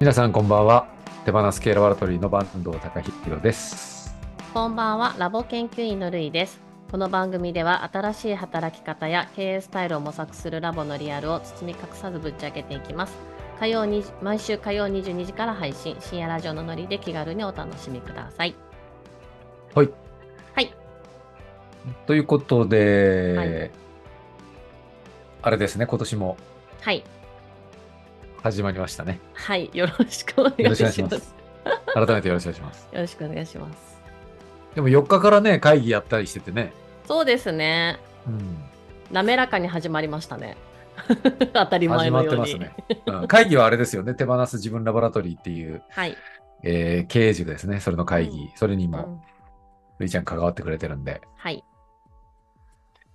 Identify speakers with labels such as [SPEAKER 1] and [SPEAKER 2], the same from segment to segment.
[SPEAKER 1] 皆さんこんばんは。手放す系ラボラトリーの坂東隆弘です。
[SPEAKER 2] こんばんは、ラボ研究員のるいです。この番組では新しい働き方や経営スタイルを模索するラボのリアルを包み隠さずぶっちゃけていきます。火曜に毎週火曜22時から配信、深夜ラジオのノリで気軽にお楽しみください。
[SPEAKER 1] はい。
[SPEAKER 2] はい。
[SPEAKER 1] ということで、
[SPEAKER 2] はい
[SPEAKER 1] あれですね、今年も
[SPEAKER 2] はい、
[SPEAKER 1] 始まりましたね。
[SPEAKER 2] はい、よろしくお願
[SPEAKER 1] よろ
[SPEAKER 2] い
[SPEAKER 1] しくお
[SPEAKER 2] し
[SPEAKER 1] 願
[SPEAKER 2] ま
[SPEAKER 1] いし
[SPEAKER 2] す。
[SPEAKER 1] ま
[SPEAKER 2] よ
[SPEAKER 1] す。改めてよろしくお願いします。
[SPEAKER 2] ろしくお願いします。
[SPEAKER 1] でも4日からね、会議やったりしててね。
[SPEAKER 2] そうですね。
[SPEAKER 1] うん。
[SPEAKER 2] 滑らかに始まりましたね。 当たり前
[SPEAKER 1] 始ま
[SPEAKER 2] の
[SPEAKER 1] っ
[SPEAKER 2] よ
[SPEAKER 1] て
[SPEAKER 2] うに。
[SPEAKER 1] ますね、うん会議はあれですよね、手放す自分ラボラトリーっていう、
[SPEAKER 2] はい。
[SPEAKER 1] えー経営塾ですね、それの会議、
[SPEAKER 2] うん
[SPEAKER 1] それに
[SPEAKER 2] う
[SPEAKER 1] も、
[SPEAKER 2] ん、
[SPEAKER 1] るいちゃん関わってくれてるんで、
[SPEAKER 2] はい。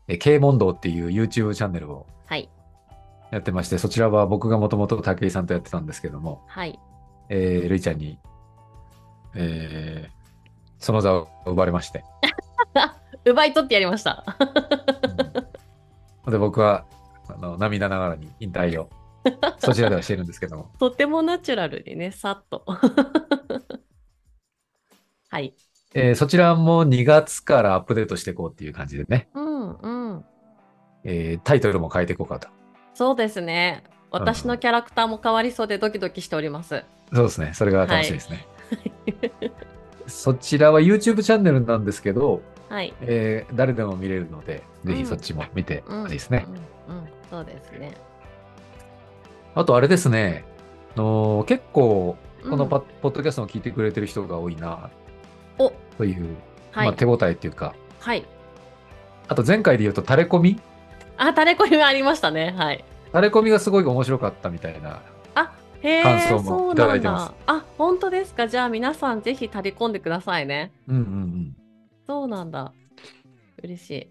[SPEAKER 1] えー、経営問答っていう YouTube チャンネルを
[SPEAKER 2] はい。
[SPEAKER 1] やってまして、そちらは僕がもともと武井さんとやってたんですけども、
[SPEAKER 2] はい。
[SPEAKER 1] えー、るいちゃんに、えーその座を奪われまして、
[SPEAKER 2] 奪い取ってやりました。
[SPEAKER 1] うんで僕はあの涙ながらに引退をそちらではしてるんですけども、
[SPEAKER 2] とてもナチュラルにね、さっ と。はい。
[SPEAKER 1] えーそちらも2月からアップデートしていこうっていう感じでね、
[SPEAKER 2] うんうん。
[SPEAKER 1] えータイトルも変えていこうかと。
[SPEAKER 2] そうですね。私のキャラクターも変わりそうでドキドキしております。
[SPEAKER 1] そうですね、それが楽しいですね。そちらは YouTube チャンネルなんですけど、
[SPEAKER 2] はい。
[SPEAKER 1] えー誰でも見れるので、ぜひそっちも見て
[SPEAKER 2] うん
[SPEAKER 1] ほしいですね。
[SPEAKER 2] うんうん、そうですね。
[SPEAKER 1] あとあれですね、あのー結構このパ、
[SPEAKER 2] ッ、
[SPEAKER 1] ポッドキャストを聞いてくれてる人が多いな
[SPEAKER 2] お
[SPEAKER 1] という、
[SPEAKER 2] はい、
[SPEAKER 1] まあ、手応えっていうか、
[SPEAKER 2] はい。
[SPEAKER 1] あと前回で言うと垂れ込み
[SPEAKER 2] あ、タレコミがありましたね。はい。
[SPEAKER 1] 垂れ込みがすごい面白かったみたいな。
[SPEAKER 2] あ、へ
[SPEAKER 1] 感
[SPEAKER 2] え、
[SPEAKER 1] 想も
[SPEAKER 2] そう
[SPEAKER 1] いただ
[SPEAKER 2] ないん
[SPEAKER 1] てます
[SPEAKER 2] だ。あ、本当ですか。じゃあ皆さんぜひタレ込んでくださいね。
[SPEAKER 1] うんうんうん。
[SPEAKER 2] そうなんだ。嬉しい。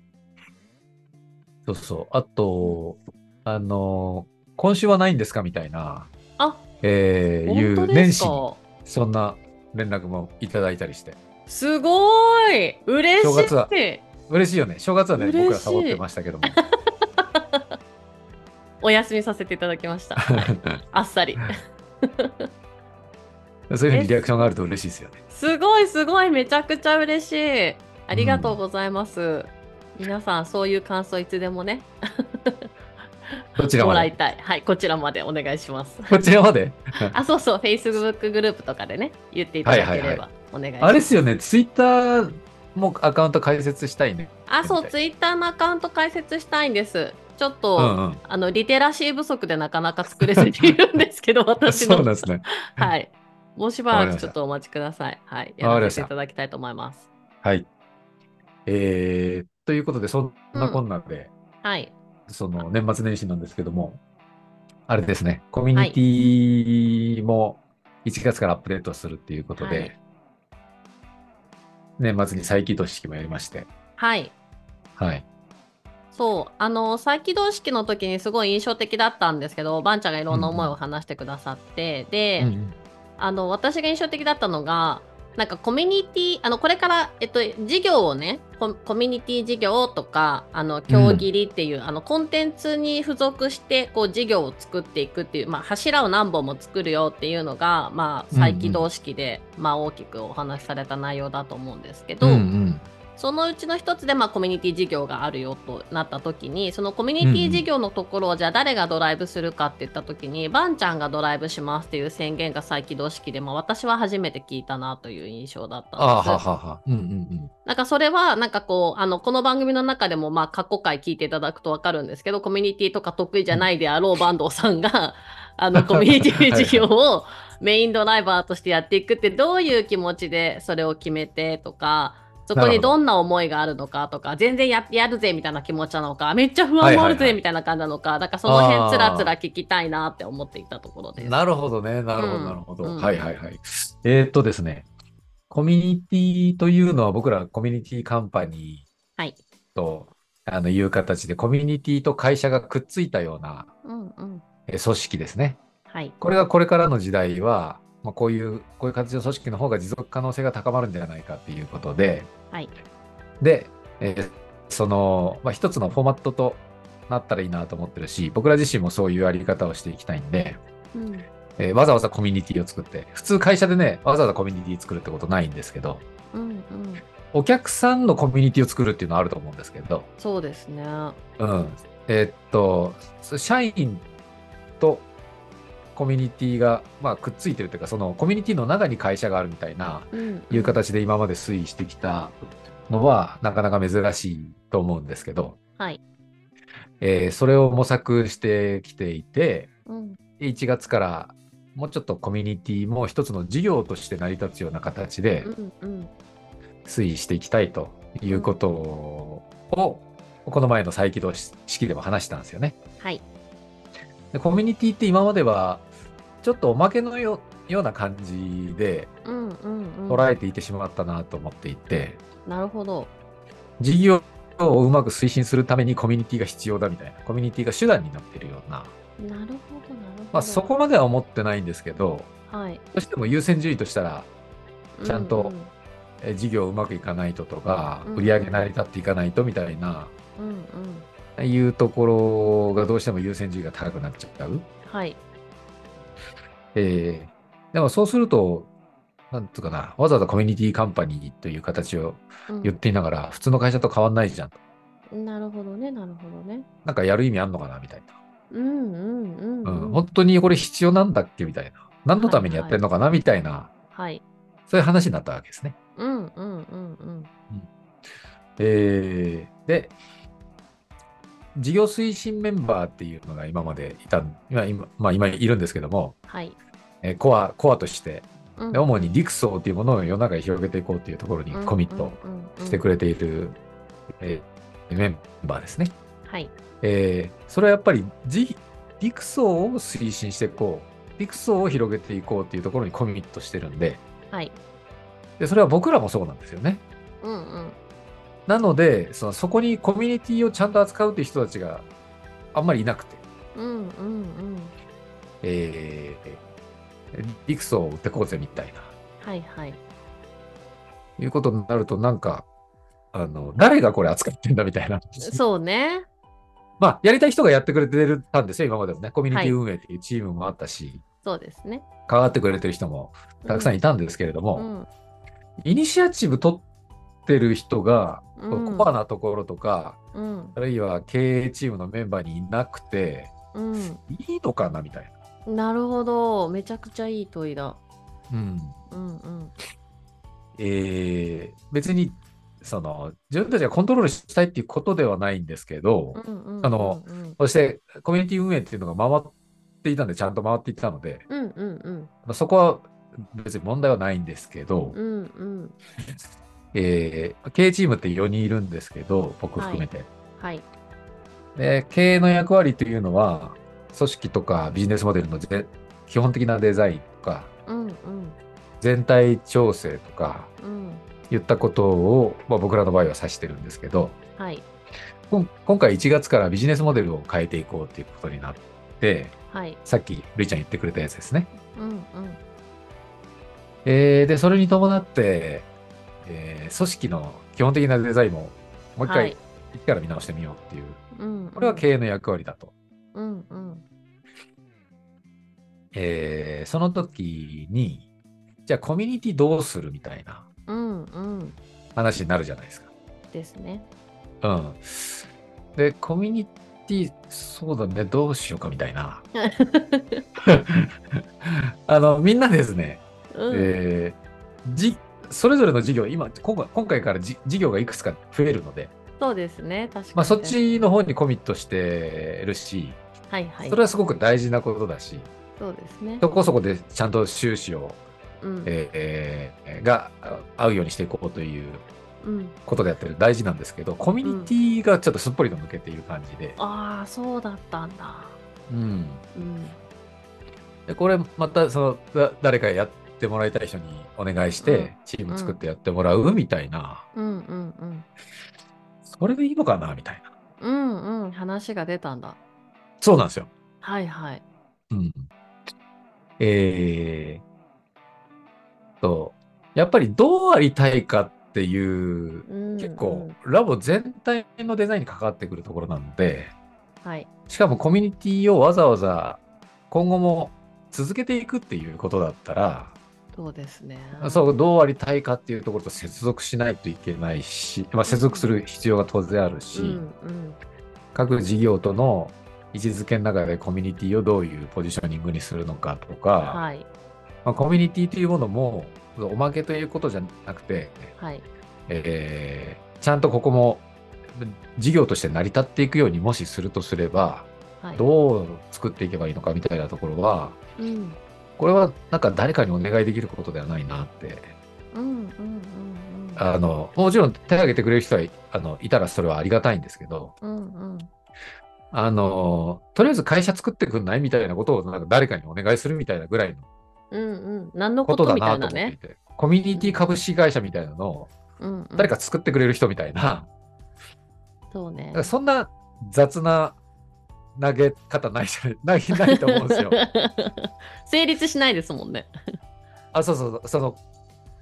[SPEAKER 1] そうそう。あと、あのー今週はないんですかみたいな、
[SPEAKER 2] あ、
[SPEAKER 1] えーい
[SPEAKER 2] 本当
[SPEAKER 1] う
[SPEAKER 2] で
[SPEAKER 1] 年
[SPEAKER 2] す
[SPEAKER 1] 始に
[SPEAKER 2] か。
[SPEAKER 1] そんな連絡もいただいたりして。
[SPEAKER 2] すごい嬉
[SPEAKER 1] 正月は
[SPEAKER 2] しい
[SPEAKER 1] 嬉しいよね。正月はね、
[SPEAKER 2] 嬉しい
[SPEAKER 1] 僕らサボってましたけ ども。
[SPEAKER 2] お休みさせていただき ました。あっさり。
[SPEAKER 1] そういうふうにリアクションがあると嬉しいですよね。
[SPEAKER 2] すごいすごいめちゃくちゃ嬉しい。ありがとうございます。皆さんそういう感想いつでもね
[SPEAKER 1] どちら
[SPEAKER 2] も
[SPEAKER 1] ま
[SPEAKER 2] ら
[SPEAKER 1] で
[SPEAKER 2] いたい。はいこちらまでお願いします。
[SPEAKER 1] こちらまで
[SPEAKER 2] あそうそう Facebook グループとかでね言っていただければお願いします。
[SPEAKER 1] あれですよね、ツイッターもアカウント開設したいね。
[SPEAKER 2] あそう Twitter のアカウント開設したいんです。ちょっと、
[SPEAKER 1] うんうん。
[SPEAKER 2] あのリテラシー不足でなかなか作れずにいるんで すけど私
[SPEAKER 1] そう
[SPEAKER 2] の
[SPEAKER 1] なんですね。
[SPEAKER 2] はい。もうしばらくちょっとお待ちください。はい。や
[SPEAKER 1] わかりま
[SPEAKER 2] ら
[SPEAKER 1] し
[SPEAKER 2] せ
[SPEAKER 1] た
[SPEAKER 2] ていただきたいと思います。
[SPEAKER 1] はい。えー、ということで、そんなこんなで、
[SPEAKER 2] はい。
[SPEAKER 1] その年末年始なんですけども、あれですね、コミュニティも1月からアップデートするっていうことで、
[SPEAKER 2] はい
[SPEAKER 1] 年末に再起動式もやりまして、
[SPEAKER 2] はい。
[SPEAKER 1] はい。
[SPEAKER 2] そう。あの、再起動式の時にすごい印象的だったんですけど、バンちゃんがいろんな思いを話してくださって、で、
[SPEAKER 1] うんうん
[SPEAKER 2] あの、私が印象的だったのが、なんかコミュニティ、あの、これから、えっと、事業をね、ココミュニティ事業とか、あの、競技りっていう、あの、コンテンツに付属して、こう、事業を作っていくっていう、まあ、柱を何本も作るよっていうのが、まあ、再起動式で、まあ、大きくお話しされた内容だと思うんですけど、
[SPEAKER 1] うんうん
[SPEAKER 2] そのうちの一つで、まあ、コミュニティ事業があるよとなった時にそのコミュニティ事業のところをじゃあ誰がドライブするかって言った時に、バンちゃんがドライブしますっていう宣言が再起動式で、まあ、私は初めて聞いたなという印象だったん
[SPEAKER 1] ああ、
[SPEAKER 2] です
[SPEAKER 1] ははは。うんうんうん。
[SPEAKER 2] なんかそれはなんかこうあのこの番組の中でもまあ過去回聞いていただくと分かるんですけどコミュニティとか得意じゃないであろう坂東さ んがあのコミュニティ事業をメインドライバーとしてやっていくってどういう気持ちでそれを決めてとかそこ
[SPEAKER 1] なる
[SPEAKER 2] に
[SPEAKER 1] ほど
[SPEAKER 2] どんな思いがあるのかとか全然ややるぜみたいな気持ちなのかめっちゃ不安もあ
[SPEAKER 1] はい
[SPEAKER 2] る
[SPEAKER 1] はいは
[SPEAKER 2] ぜ
[SPEAKER 1] い
[SPEAKER 2] みたいな感じなのか、なんかその
[SPEAKER 1] あー
[SPEAKER 2] 辺つらつら聞きたいなって思っていたところです。
[SPEAKER 1] なるほどね、なるほど、
[SPEAKER 2] うん
[SPEAKER 1] なるほど。
[SPEAKER 2] うん
[SPEAKER 1] はいはいはい。えーっとですね、コミュニティというのは僕らコミュニティカンパニ
[SPEAKER 2] はい、
[SPEAKER 1] ーとあのいう形で、コミュニティと会社がくっついたような
[SPEAKER 2] うんうん
[SPEAKER 1] えー組織ですね。
[SPEAKER 2] はい
[SPEAKER 1] これがこれからの時代は、まあ、こういう、こういう形の組織の方が持続可能性が高まるんじゃないかっていうことで、
[SPEAKER 2] はい
[SPEAKER 1] で、えーその、まあ、一つのフォーマットとなったらいいなと思ってるし、僕ら自身もそういうやり方をしていきたいんで、
[SPEAKER 2] うん
[SPEAKER 1] えーわざわざコミュニティを作って、普通会社でね、わざわざコミュニティ作るってことないんですけど、
[SPEAKER 2] うんうん、
[SPEAKER 1] お客さんのコミュニティを作るっていうのはあると思うんですけど、
[SPEAKER 2] そうですね。
[SPEAKER 1] うん。えーっと、そ社員とコミュニティが、まあ、くっついてるというか、そのコミュニティの中に会社があるみたいな、
[SPEAKER 2] うん
[SPEAKER 1] いう形で今まで推移してきたのは、なかなか珍しいと思うんですけど、
[SPEAKER 2] はい。
[SPEAKER 1] えーそれを模索してきていて、
[SPEAKER 2] うん
[SPEAKER 1] で1月からもうちょっとコミュニティも一つの事業として成り立つような形で
[SPEAKER 2] うんうん
[SPEAKER 1] 推移していきたいということを、この前の再起動式でも話したんですよね。
[SPEAKER 2] はい。
[SPEAKER 1] でコミュニティって今まではちょっとおまけのよような感じで
[SPEAKER 2] うんうんうん。
[SPEAKER 1] 捉えていてしまったなと思っていて、
[SPEAKER 2] なるほど。
[SPEAKER 1] 事業をうまく推進するためにコミュニティが必要だみたいな、コミュニティが手段になっているような、
[SPEAKER 2] なるほどなるほど。
[SPEAKER 1] まあ、そこまでは思ってないんですけど、
[SPEAKER 2] はい。
[SPEAKER 1] どうしても優先順位としたら、ちゃんと
[SPEAKER 2] う
[SPEAKER 1] えー事業うまくいかないととか
[SPEAKER 2] うん、
[SPEAKER 1] 売り上げ成り立っていかないとみたいな、
[SPEAKER 2] うんうんうん。
[SPEAKER 1] いうところがどうしても優先順位が高くなっちゃう。
[SPEAKER 2] はい。
[SPEAKER 1] えーでもそうすると、なんつうかな、わざわざコミュニティカンパニーという形を
[SPEAKER 2] うん
[SPEAKER 1] 言っていながら、普通の会社と変わんないじゃんと。
[SPEAKER 2] なるほどね、なるほどね。
[SPEAKER 1] なんかやる意味あんのかなみたい
[SPEAKER 2] うんうんうん、
[SPEAKER 1] な。
[SPEAKER 2] う
[SPEAKER 1] うん
[SPEAKER 2] ん。
[SPEAKER 1] 本当にこれ必要なんだっけみたいな。何のためにやってんのかなみたいな、
[SPEAKER 2] はい。
[SPEAKER 1] そういう話になったわけですね。
[SPEAKER 2] うんうんうんうん。
[SPEAKER 1] えーで、事業推進メンバーっていうのが今までいた、今、今まあ、今いるんですけども、
[SPEAKER 2] はい。
[SPEAKER 1] えーコア、コアとして、
[SPEAKER 2] うん
[SPEAKER 1] で主に陸層というものを世の中に広げていこうというところにコミットしてく
[SPEAKER 2] れ。
[SPEAKER 1] れている、えーメンバーですね。
[SPEAKER 2] はい。
[SPEAKER 1] えーそれはやっぱりじ陸層を推進していこう、陸層を広げていこうというところにコミットしてるんで、
[SPEAKER 2] はい。
[SPEAKER 1] でそれは僕らもそうなんですよね。
[SPEAKER 2] うんうん。
[SPEAKER 1] なのでその、そこにコミュニティをちゃんと扱うという人たちがあんまりいなくて、
[SPEAKER 2] うんうんうん。
[SPEAKER 1] えー、陸層を売ってこうぜみたいな、
[SPEAKER 2] はいはい。
[SPEAKER 1] いうことになると、なんか、あの、誰がこれ扱ってんだみたいな。
[SPEAKER 2] そうね。
[SPEAKER 1] まあ、やりたい人がやってくれてたんですよ、今までもね。コミュニティ運営っていうチームもあったし、
[SPEAKER 2] そうですね。
[SPEAKER 1] 関わってくれてる人もたくさんいたんですけれど
[SPEAKER 2] う
[SPEAKER 1] も、
[SPEAKER 2] ん。
[SPEAKER 1] イニシアチブ取ってる人が、
[SPEAKER 2] うん
[SPEAKER 1] コアなところとか、
[SPEAKER 2] うん
[SPEAKER 1] あるいは経営チームのメンバーにいなくて、
[SPEAKER 2] うん。
[SPEAKER 1] いいのかなみたいな。
[SPEAKER 2] なるほど。めちゃくちゃいい問いだ。
[SPEAKER 1] うん
[SPEAKER 2] うんうん。
[SPEAKER 1] えー別にその自分たちがコントロールしたいっていうことではないんですけど、
[SPEAKER 2] うんうんうん。
[SPEAKER 1] あの
[SPEAKER 2] うんうん
[SPEAKER 1] そしてコミュニティ運営っていうのが回っていたんでちゃんと回っていったので、
[SPEAKER 2] うんうん
[SPEAKER 1] まあ、そこは別に問題はないんですけど、
[SPEAKER 2] うんうん。
[SPEAKER 1] えー経営チームって4人いるんですけど僕含めて、
[SPEAKER 2] はい。
[SPEAKER 1] で経営の役割というのは組織とかビジネスモデルのぜ基本的なデザインとか
[SPEAKER 2] うんうん
[SPEAKER 1] 全体調整とか
[SPEAKER 2] うん。
[SPEAKER 1] 言ったことを、まあ、僕らの場合は指してるんですけど、
[SPEAKER 2] はい
[SPEAKER 1] こん今回1月からビジネスモデルを変えていこうっていうことになって、
[SPEAKER 2] はい。
[SPEAKER 1] さっきるいちゃん言ってくれたやつですね。
[SPEAKER 2] うんうん。
[SPEAKER 1] えーで、それに伴って、えー組織の基本的なデザインももう一
[SPEAKER 2] は
[SPEAKER 1] 回、
[SPEAKER 2] い
[SPEAKER 1] 一から見直してみようっていう、
[SPEAKER 2] うんうん。
[SPEAKER 1] これは経営の役割だと。
[SPEAKER 2] うんうん。
[SPEAKER 1] えーその時に、じゃあコミュニティどうするみたいな
[SPEAKER 2] うんうん。
[SPEAKER 1] 話になるじゃないですか。
[SPEAKER 2] ですね。
[SPEAKER 1] うん。で、コミュニティ、そうだね、どうしようかみたいな。あの、みんなですね、
[SPEAKER 2] うん。
[SPEAKER 1] えーじそれぞれの事業、今、今回今回からじ事業がいくつか増えるので、
[SPEAKER 2] そうですね。確かに。
[SPEAKER 1] まあ、そっ。ちの方にコミットしてるし、
[SPEAKER 2] はいはい。
[SPEAKER 1] それはすごく大事なことだし、
[SPEAKER 2] そうですね。
[SPEAKER 1] そこそこでちゃんと収支を、
[SPEAKER 2] うん。
[SPEAKER 1] えーえーがあ合うようにしていこうという
[SPEAKER 2] うん。
[SPEAKER 1] ことでやってる大事なんですけど、コミュニティがちょっとすっぽりと抜けている感じで、
[SPEAKER 2] ああ、そうだったんだ。
[SPEAKER 1] うん
[SPEAKER 2] うん。
[SPEAKER 1] でこれまたそのだ誰かやってもらいたい人にお願いして、
[SPEAKER 2] うん
[SPEAKER 1] チーム作ってやってもらうみたいな、
[SPEAKER 2] うんうんうん。
[SPEAKER 1] それでいいのかなみたいな。
[SPEAKER 2] うんうん。話が出たんだ。
[SPEAKER 1] そうなんですよ。
[SPEAKER 2] はいはい。
[SPEAKER 1] うんえー、と、やっぱりどうありたいかっていう、
[SPEAKER 2] うん、
[SPEAKER 1] 結構、ラボ全体のデザインに関わってくるところなので、
[SPEAKER 2] はい。
[SPEAKER 1] しかもコミュニティをわざわざ今後も続けていくっていうことだったら、
[SPEAKER 2] そうですね。
[SPEAKER 1] そう、どうありたいかっていうところと接続しないといけないし、まあ、接続する必要が当然あるし、
[SPEAKER 2] うんうん、
[SPEAKER 1] 各事業との位置づけの中でコミュニティをどういうポジショニングにするのかとか、
[SPEAKER 2] はい
[SPEAKER 1] まあ、コミュニティというものも、おまけということじゃなくて、
[SPEAKER 2] はい
[SPEAKER 1] えーちゃんとここも事業として成り立っていくようにもしするとすれば、
[SPEAKER 2] はい。
[SPEAKER 1] どう作っていけばいいのかみたいなところは、
[SPEAKER 2] うん
[SPEAKER 1] これはなんか誰かにお願いできることではないなって
[SPEAKER 2] うんうんうんうん。
[SPEAKER 1] あの、もちろん手を挙げてくれる人はいあのいたらそれはありがたいんですけど、
[SPEAKER 2] うんうん。
[SPEAKER 1] あの、とりあえず会社作ってくんないみたいなことをなんか誰かにお願いするみたいなぐらいの
[SPEAKER 2] うんうん。何の
[SPEAKER 1] こ
[SPEAKER 2] ことと
[SPEAKER 1] だ
[SPEAKER 2] みた
[SPEAKER 1] ないと思
[SPEAKER 2] な
[SPEAKER 1] ってい
[SPEAKER 2] ね。
[SPEAKER 1] て、コミュニティ株式会社みたいなのを
[SPEAKER 2] うんうん
[SPEAKER 1] 誰か作ってくれる人みたいな、
[SPEAKER 2] そうね
[SPEAKER 1] だか。らそんな雑な投げ方ないじゃない、ないないと思うんですよ。
[SPEAKER 2] 成立しないですもんね。
[SPEAKER 1] あ、そうそうそう、その、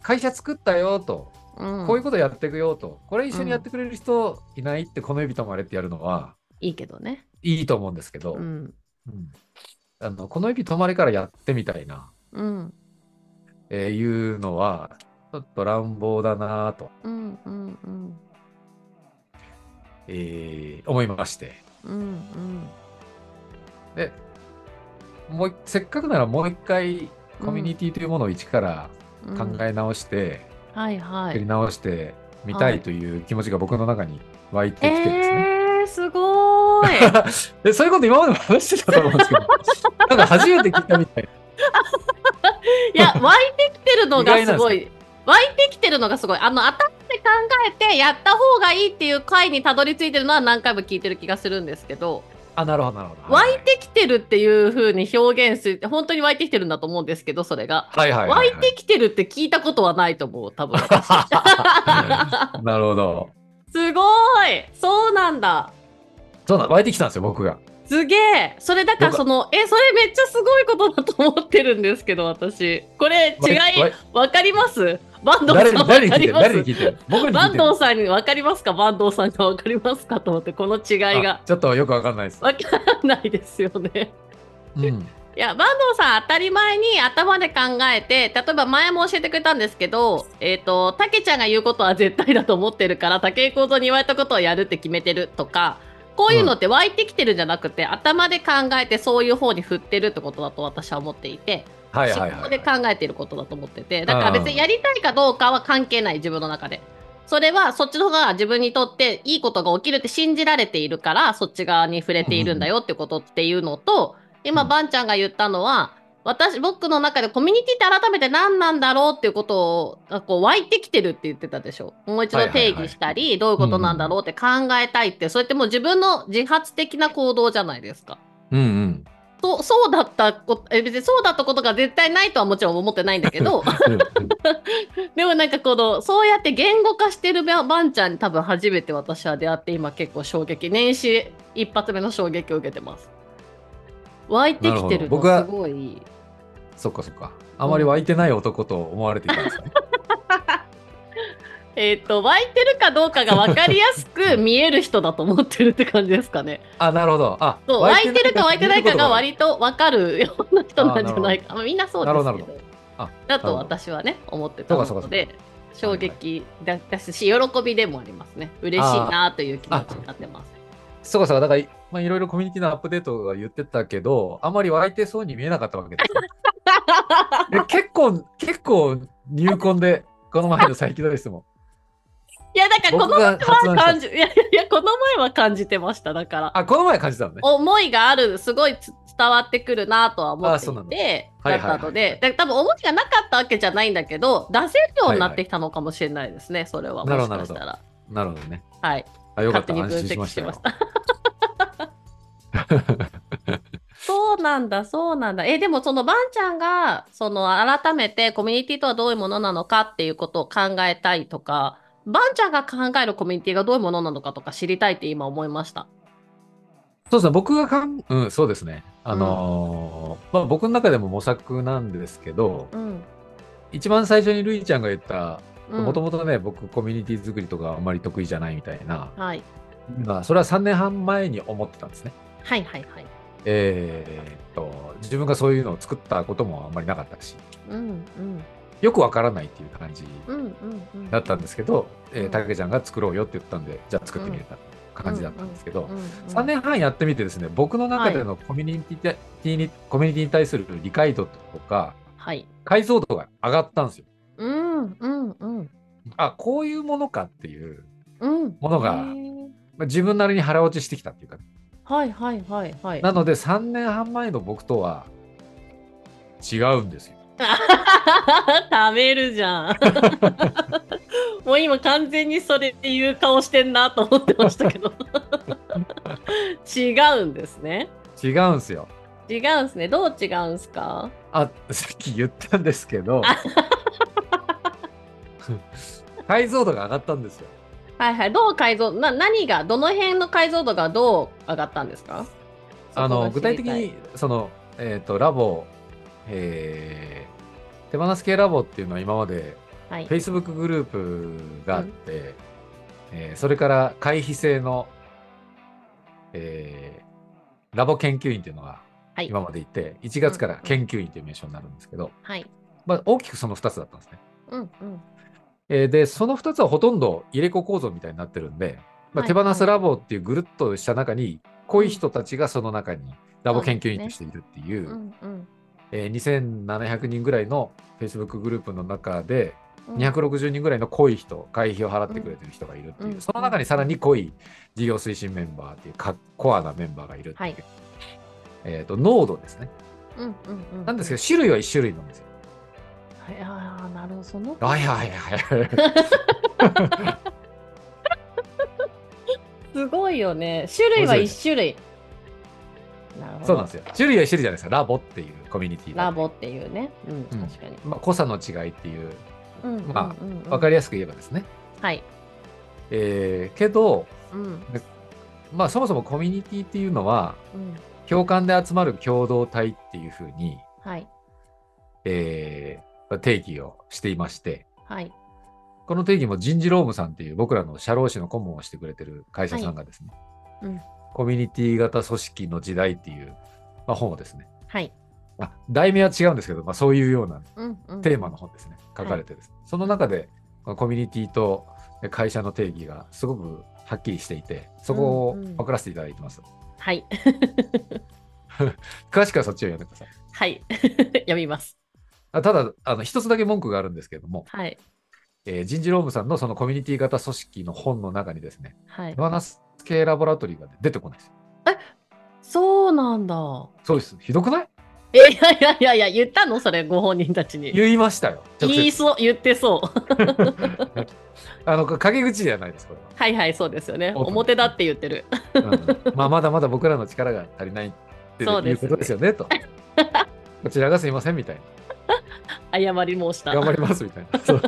[SPEAKER 1] 会社作ったよと、
[SPEAKER 2] うん、
[SPEAKER 1] こういうことやっていくよと、これ一緒にやってくれる人いないって、この指とまれってやるのは、
[SPEAKER 2] いいけどね。
[SPEAKER 1] いいと思うんですけど、
[SPEAKER 2] うん
[SPEAKER 1] うんあのこの指止まれからやってみたいな、
[SPEAKER 2] うん
[SPEAKER 1] えーいうのはちょっと乱暴だなぁと、
[SPEAKER 2] うんうんうん
[SPEAKER 1] えー思いまして
[SPEAKER 2] うんうん。
[SPEAKER 1] でもういせっかくならもう一回コミュニティというものを一から
[SPEAKER 2] うん
[SPEAKER 1] 考え直して、
[SPEAKER 2] はいは
[SPEAKER 1] 作り
[SPEAKER 2] い。
[SPEAKER 1] 直してみたいという気持ちが僕の中に湧いてきてですね。
[SPEAKER 2] えー、すごーい。
[SPEAKER 1] でそういうこと今までも話してたと思うんですけ どなんか初めて聞いたみたい
[SPEAKER 2] いや、湧いてきてるのがすご
[SPEAKER 1] 意
[SPEAKER 2] い。湧いてきてるのがすごい。あの、頭で考えてやった方がいいっていう回にたどり着いてるのは何回も聞いてる気がするんですけど、
[SPEAKER 1] あなるほどなるほど
[SPEAKER 2] 湧いてきてるっていう風に表現する、本当に湧いてきてるんだと思うんですけど、それが。
[SPEAKER 1] はいはい
[SPEAKER 2] 湧
[SPEAKER 1] はいい、はい
[SPEAKER 2] てきてるって聞いたことはないと思う、多分。
[SPEAKER 1] なるほど
[SPEAKER 2] すごいそうなんだ
[SPEAKER 1] そうな湧いてきたんですよ僕が
[SPEAKER 2] すげえそれだ
[SPEAKER 1] よ
[SPEAKER 2] から
[SPEAKER 1] か
[SPEAKER 2] その、え、それめっちゃすごいことだと思ってるんですけど、私。これ違い
[SPEAKER 1] わい
[SPEAKER 2] わかりますバンドさ
[SPEAKER 1] 誰
[SPEAKER 2] ん
[SPEAKER 1] に
[SPEAKER 2] わ
[SPEAKER 1] 誰に
[SPEAKER 2] か
[SPEAKER 1] 聞いて
[SPEAKER 2] り
[SPEAKER 1] る
[SPEAKER 2] ま
[SPEAKER 1] 誰に
[SPEAKER 2] す
[SPEAKER 1] 聞いてる僕 に
[SPEAKER 2] バ
[SPEAKER 1] 聞い
[SPEAKER 2] ン
[SPEAKER 1] てる
[SPEAKER 2] ドさんにわかりますかバンドさんがわかりますかと思ってこの違い
[SPEAKER 1] あ
[SPEAKER 2] が
[SPEAKER 1] ちょっとよくわかんないです。
[SPEAKER 2] わからないですよね。
[SPEAKER 1] うん。
[SPEAKER 2] いやバンドさん当たり前に頭で考えて例えば前も教えてくれたんですけどえっ、とたけちゃんが言うことは絶対だと思ってるから武井幸三に言われたことをやるって決めてるとかこういうのって湧いてきてるんじゃなくて、頭で考えてそういう方に振ってるってことだと私は思っていて。
[SPEAKER 1] はいはい
[SPEAKER 2] 思
[SPEAKER 1] は
[SPEAKER 2] 考で
[SPEAKER 1] い。
[SPEAKER 2] 考えていることだと思っててだから別にやりたいかどうかは関係ない自分の中でそれはそっちの方が自分にとっていいことが起きるって信じられているからそっち側に触れているんだよってことっていうのと今
[SPEAKER 1] うん
[SPEAKER 2] ばんちゃんが言ったのは私僕の中でコミュニティって改めて何なんだろうっていうことをこう湧いてきてるって言ってたでしょもう一
[SPEAKER 1] は
[SPEAKER 2] 度
[SPEAKER 1] いはいはい
[SPEAKER 2] 定義したり、どういうことなんだろうって考えたいって、それってもう自分の自発的な行動じゃないですか。
[SPEAKER 1] うんうん。
[SPEAKER 2] そうそうだったことえ別にそうだったことが絶対ないとはもちろん思ってないんだ けどでもなんかこのそうやって言語化してるばばんちゃんに多分初めて私は出会って今結構衝撃年始一発目の衝撃を受けてます湧いてきてる
[SPEAKER 1] なるほど
[SPEAKER 2] の
[SPEAKER 1] 僕は
[SPEAKER 2] すごい
[SPEAKER 1] そっかそっか。あまり湧いてない男と思われていたんですね。
[SPEAKER 2] えっ、と湧いてるかどうかが分かりやすく見える人だと思ってるって感じですかね
[SPEAKER 1] あ、なるほど。あ、
[SPEAKER 2] そう湧いてるか湧いてないかが割と分かるような人なんじゃないかまあみんなそうですけど
[SPEAKER 1] なるほどなるあ
[SPEAKER 2] だと
[SPEAKER 1] なるほど
[SPEAKER 2] 私はね思ってた
[SPEAKER 1] そうかそ
[SPEAKER 2] の
[SPEAKER 1] うか
[SPEAKER 2] で衝撃だったし喜びでもありますね嬉しいなという気持ちになってます
[SPEAKER 1] そうかそうか。だから、まあ、いろいろコミュニティのアップデートが言ってたけど、あまり湧いてそうに見えなかったわけです ね。で結構、結構入婚で、この前の再起動ですもん。
[SPEAKER 2] いやだからこ
[SPEAKER 1] 僕
[SPEAKER 2] の
[SPEAKER 1] が発案
[SPEAKER 2] 前は
[SPEAKER 1] した
[SPEAKER 2] 感。じいやいやこの前は感じてましただから
[SPEAKER 1] あ、この前感じたのね。
[SPEAKER 2] 思いがあるすごいつ伝わってくるなとは思
[SPEAKER 1] あ
[SPEAKER 2] って
[SPEAKER 1] そうないんだ
[SPEAKER 2] て
[SPEAKER 1] はい
[SPEAKER 2] だ
[SPEAKER 1] はいは
[SPEAKER 2] っ
[SPEAKER 1] い
[SPEAKER 2] たのでだから多分思いがなかったわけじゃないんだけど出せるようになってきたのかもしれないですねそれは
[SPEAKER 1] なる
[SPEAKER 2] も
[SPEAKER 1] ほど
[SPEAKER 2] しかしたら
[SPEAKER 1] なるほどね。
[SPEAKER 2] はい
[SPEAKER 1] あ、よかった。安
[SPEAKER 2] 勝
[SPEAKER 1] 心
[SPEAKER 2] 手
[SPEAKER 1] し
[SPEAKER 2] に分
[SPEAKER 1] ま
[SPEAKER 2] 析
[SPEAKER 1] した
[SPEAKER 2] してま
[SPEAKER 1] よ
[SPEAKER 2] し。たそうなんだそうなんだえでもそのばんちゃんがその改めてコミュニティとはどういうものなのかっていうことを考えたいとかばんちゃんが考えるコミュニティがどういうものなのかとか知りたいって今思いました
[SPEAKER 1] そうですね、僕がかん、うん、そうですね。あのーまあ僕の中でも模索なんですけど、
[SPEAKER 2] うん
[SPEAKER 1] 一番最初にルイちゃんが言った、
[SPEAKER 2] うん
[SPEAKER 1] もともとね、僕、コミュニティ作りとかあんまり得意じゃないみたいな、
[SPEAKER 2] はい
[SPEAKER 1] まあそれは3年半前に思ってたんですね。
[SPEAKER 2] はいはいはい
[SPEAKER 1] えーっと自分がそういうのを作ったこともあんまりなかったし
[SPEAKER 2] うんうん
[SPEAKER 1] よくわからないっていう感じ
[SPEAKER 2] うんうんうん
[SPEAKER 1] だったんですけど、え
[SPEAKER 2] う
[SPEAKER 1] ー、
[SPEAKER 2] ん
[SPEAKER 1] たけちゃんが作ろうよって言ったんでじゃあ作ってみれた感じだったんですけど、
[SPEAKER 2] うんうん
[SPEAKER 1] 3年半やってみてですね僕の中でのコミュニティに、コミュニティに対する理解度とか
[SPEAKER 2] はい
[SPEAKER 1] 解像度が上がったんですよ。
[SPEAKER 2] うんうんうん
[SPEAKER 1] あこういうものかっていう、
[SPEAKER 2] うん
[SPEAKER 1] ものが
[SPEAKER 2] へー
[SPEAKER 1] まあ自分なりに腹落ちしてきたっていうか
[SPEAKER 2] はいはいはいはい
[SPEAKER 1] なので3年半前の僕とは違うんですよ。
[SPEAKER 2] 食べるじゃん。 もう今完全にそれっていう顔してんなと思ってましたけど。 違うんですね。
[SPEAKER 1] 違うんですよ。
[SPEAKER 2] 違うんですね。どう違うんですか
[SPEAKER 1] あ さっき言ったんですけど 解像度が上がったんですよ。
[SPEAKER 2] はいはい。どう解像な何が、どの辺の解像度がどう上がったんですか
[SPEAKER 1] あの
[SPEAKER 2] そこ
[SPEAKER 1] 具
[SPEAKER 2] が
[SPEAKER 1] 体
[SPEAKER 2] 知り
[SPEAKER 1] 的
[SPEAKER 2] たい
[SPEAKER 1] にその、えー、とラボ、えー手放す系ラボっていうのは今まで
[SPEAKER 2] はい。
[SPEAKER 1] Facebook グループがあって、えーそれから回避制の、えーラボ研究員っていうのが
[SPEAKER 2] はい
[SPEAKER 1] 今までいて、1月から研究員という名称になるんですけど、
[SPEAKER 2] はい。
[SPEAKER 1] まあ、大きくその2つだったんですね。
[SPEAKER 2] うんうん。
[SPEAKER 1] えーでその2つはほとんど入れ子構造みたいになってるんで、まあ、
[SPEAKER 2] はい
[SPEAKER 1] 手放すラボっていうぐるっとした中に濃い人たちがその中にラボ研究員としているっていう、
[SPEAKER 2] うんうん。
[SPEAKER 1] えー2700人ぐらいの Facebook グループの中で
[SPEAKER 2] うん
[SPEAKER 1] 260人ぐらいの濃い人会費を払ってくれてる人がいるっていう、
[SPEAKER 2] うん
[SPEAKER 1] その中にさらに濃い事業推進メンバーっていうかコアなメンバーがいるっていう、
[SPEAKER 2] はい
[SPEAKER 1] えー、と濃度ですね
[SPEAKER 2] うんうんうん。
[SPEAKER 1] なんですけど種類は1種類なんですよ。
[SPEAKER 2] はい、ああ、なるほど。その。
[SPEAKER 1] はいはいはい はい
[SPEAKER 2] すごいよね。種類は一種類。なるほど。
[SPEAKER 1] そうなんですよ種類は1種類じゃないですかラボっていうコミュニティ
[SPEAKER 2] ラ
[SPEAKER 1] が
[SPEAKER 2] ボっていうね。うん、
[SPEAKER 1] うん
[SPEAKER 2] 確かに。
[SPEAKER 1] まあ、濃さの違いっていう
[SPEAKER 2] うんうんうんうん
[SPEAKER 1] ま分かりやすく言えばですね、
[SPEAKER 2] はい。
[SPEAKER 1] えーけど、
[SPEAKER 2] うん
[SPEAKER 1] まあ、そもそもコミュニティっていうのは
[SPEAKER 2] うん
[SPEAKER 1] 共感で集まる共同体っていうふうに、
[SPEAKER 2] はい
[SPEAKER 1] えー定義をしていまして
[SPEAKER 2] はい
[SPEAKER 1] この定義も人事労務さんっていう僕らの社労士の顧問をしてくれてる会社さんがですね、
[SPEAKER 2] はいうん
[SPEAKER 1] コミュニティ型組織の時代っていう、まあ、本をですね
[SPEAKER 2] はい。
[SPEAKER 1] あ題名は違うんですけど、まあ、そういうような
[SPEAKER 2] うんうん
[SPEAKER 1] テーマの本ですね、書かれてです、その中でこのコミュニティと会社の定義がすごくはっきりしていてそこを
[SPEAKER 2] うんうん
[SPEAKER 1] 分からせていただいてます、
[SPEAKER 2] はい
[SPEAKER 1] 詳しくはそっちを読んでください
[SPEAKER 2] はい 読みます。
[SPEAKER 1] あただあの一つだけ文句があるんですけれども、
[SPEAKER 2] はい
[SPEAKER 1] えー人事労務さんのそのコミュニティ型組織の本の中にですね
[SPEAKER 2] はい。
[SPEAKER 1] 手放す系ラボラトリーが出てこないですよ
[SPEAKER 2] そうなんだ。
[SPEAKER 1] そうですひどくない
[SPEAKER 2] えいやいやいやいや言ったのそれご本人たちに。
[SPEAKER 1] 言いましたよ直
[SPEAKER 2] 言い
[SPEAKER 1] 接
[SPEAKER 2] そう言ってそう。
[SPEAKER 1] あの陰口ではないですこれは
[SPEAKER 2] はいはいそうですよね。
[SPEAKER 1] オープン
[SPEAKER 2] 表だって言ってる。
[SPEAKER 1] うんまあまだまだ僕らの力が足りないってい
[SPEAKER 2] そうで
[SPEAKER 1] う
[SPEAKER 2] すね
[SPEAKER 1] ことですよ ねと。こちらがすいませんみたい
[SPEAKER 2] 謝り申した
[SPEAKER 1] な。。頑張りますみたいな。そう